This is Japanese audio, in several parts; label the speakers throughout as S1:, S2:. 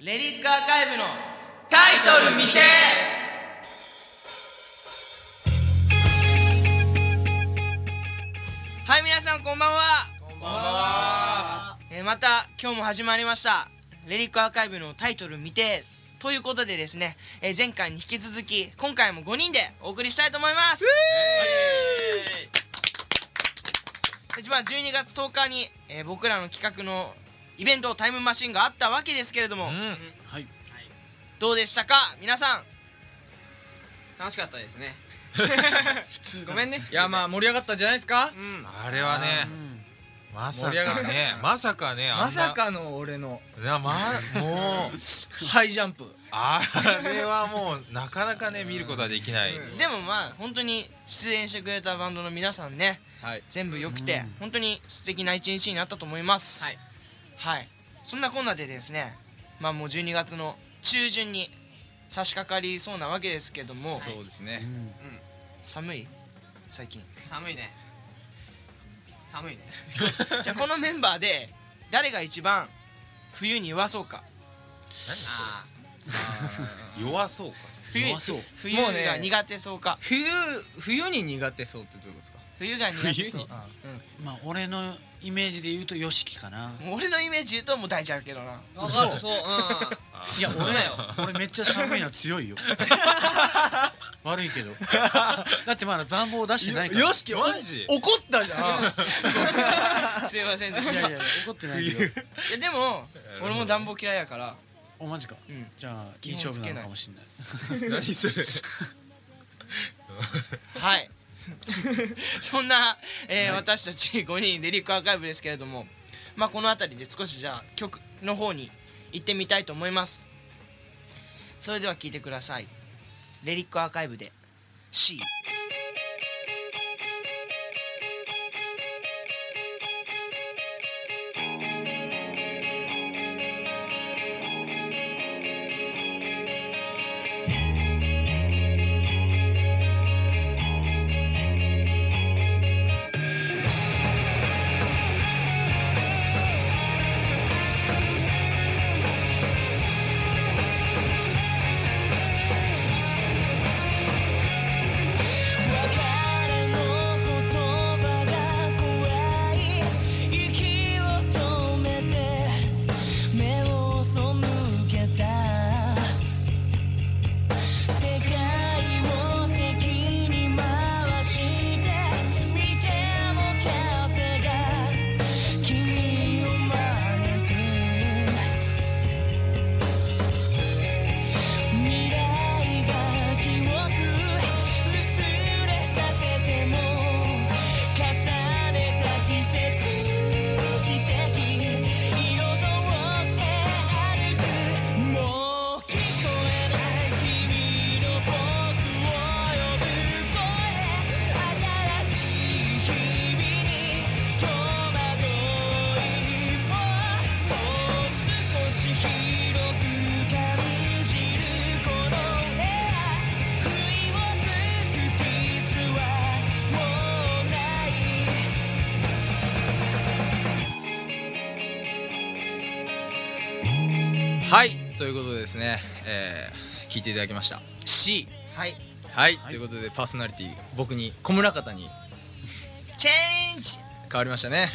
S1: レリックアーカイブのタイトル未定はい皆さんこんばんはこんばんは、えーまた今日も始まりましたレリックアーカイブのタイトル未定ということでですね、えー前回に引き続き今回も5人でお送りしたいと思います一番12月10日に、えー僕らの企画のイベントタイムマシンがあったわけですけれども、
S2: はい
S1: どうでしたか皆さん
S3: 楽しかったですね
S1: 普通
S3: ごめんね
S4: いやまあ盛り上がったんじゃないですか
S3: うん
S2: あれはね
S4: ま
S2: 盛
S4: さか
S2: り上がったねまさかねあんな
S4: まさかの俺の
S2: いやまもう
S4: ハイジャンプ
S2: あれはもうなかなかね見ることはできない
S1: でもまあ本当に出演してくれたバンドの皆さんね、
S4: はい
S1: 全部良くて、本当に素敵な一日になったと思います
S3: はい、
S1: はいそんなこんなでですねまあもう12月の中旬に差し掛かりそうなわけですけども、
S4: そうですね
S1: 寒い最近
S3: 寒いね寒いね
S1: じゃあこのメンバーで誰が一番冬に弱そうか
S3: あ
S2: 弱そうか
S1: 冬
S5: 弱そう
S1: 冬
S4: もうね
S1: が苦手そうか
S4: 冬冬に苦手そうってどういうことですか
S1: 冬が苦手そう
S2: 冬
S5: まあ俺のイメージで言うとヨシキかな
S1: もう俺のイメージ言うともう大ちゃうけどな
S3: あ分かるそううん
S5: いや
S3: 俺だよ
S5: 俺めっちゃ寒いの強 いよ悪いけどだってまだ暖房出してないから
S4: しき
S2: マジ
S4: 怒ったじゃ ん
S1: すいませんでし
S5: い
S1: た
S5: や
S1: いや
S5: いやいや怒ってないけど
S1: でも俺も暖房嫌いやから
S5: おマジか
S1: うん
S5: じゃあいい勝負なのかもしんない
S2: 何それ
S1: はい そんな、えー私たち5人レリックアーカイブですけれどもまあこの辺りで少しじゃあ曲の方に行ってみたいと思いますそれでは聴いてくださいレリックアーカイブで C
S6: 未来が記憶薄れさせても重ねた季節奇跡彩って歩くもう聞こえない君の僕を呼ぶ声新しい日々に戸惑いをそう少し広く感じるこの部屋不意をつくピースはもうない
S4: はいということでですねえー聞いていただきました C
S1: はい
S4: はいということでパーソナリティ僕に小村方に
S1: チェンジ
S4: 変わりましたね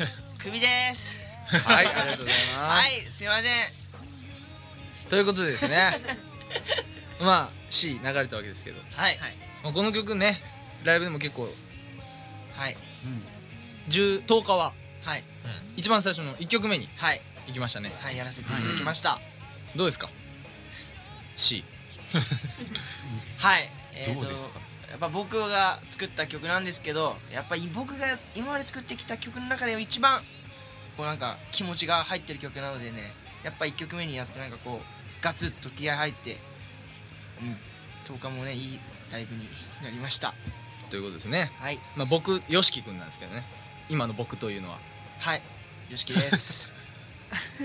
S1: クビです
S4: はいありがとうございま
S1: は
S4: す
S1: いすいません
S4: ということでですね まあ C 流れたわけですけど
S1: はい
S4: まあこの曲ねライブでも結構
S1: はい
S4: 10 10日は
S1: はい
S4: 一番最初の1曲目に
S1: はい
S4: 行きましたね
S1: はいやらせていただきました、
S4: どうですか C
S1: はい、えーと
S2: どうですか
S1: やっぱ僕が作った曲なんですけどやっぱり僕が今まで作ってきた曲の中で一番こうなんか気持ちが入ってる曲なのでねやっぱ1曲目にやってなんかこうガツッと気合入ってうん10日もねいいライブになりました
S4: ということですね
S1: はい
S4: まあ僕 YOSHIKI 君なんですけどね今の僕というのは
S1: はいよしきです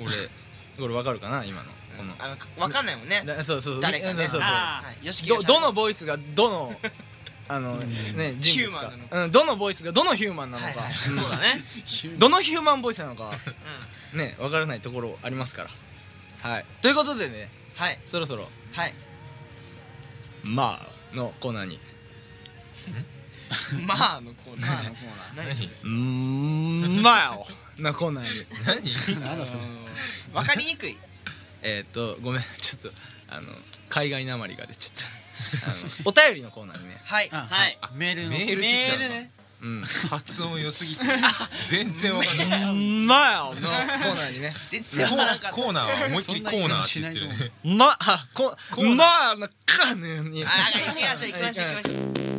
S4: 俺俺わかるかな今のこの
S1: あの分かんないもんね
S4: だそうそう
S1: 誰かね
S4: そうそう
S3: あ
S1: はい、よしき
S4: どどのボイスが どのあのね人物
S1: ヒューマン
S4: か
S1: なの、
S4: うん、どのボイスがどのヒューマンなのか、
S1: はいはい
S3: そうだね
S4: どのヒューマンボイスなのかねわからないところありますからはいということでね
S1: はい
S4: そろそろ
S1: はい
S4: 「まあ」のコーナーに
S1: まあのコーナー
S2: まあ
S1: の
S2: の
S1: コーナー何それ
S4: 「うーんま あ」のコーナーに
S2: 何
S5: なんだそれ
S1: わかりにくい
S4: えーっとごめんちょっとあの海外なまりが出ちゃったあの お便りのコーナーにね
S1: はい
S5: あ
S3: はい
S5: あメールの
S2: メール来
S3: メ
S2: ち
S3: ー
S2: ゃ
S3: ル
S2: う
S3: ね
S4: うん
S2: の発音良すぎて全然わかんない
S4: 「まあ」のコーナーにね
S1: 全
S2: コ
S1: 然わからんかった
S2: ーコーナーは思いっきりコーナーって言ってるね
S4: まあ、こ、
S2: ーナー
S4: まあ、なかねに。
S1: あ行きましょう行きましょう行きましょう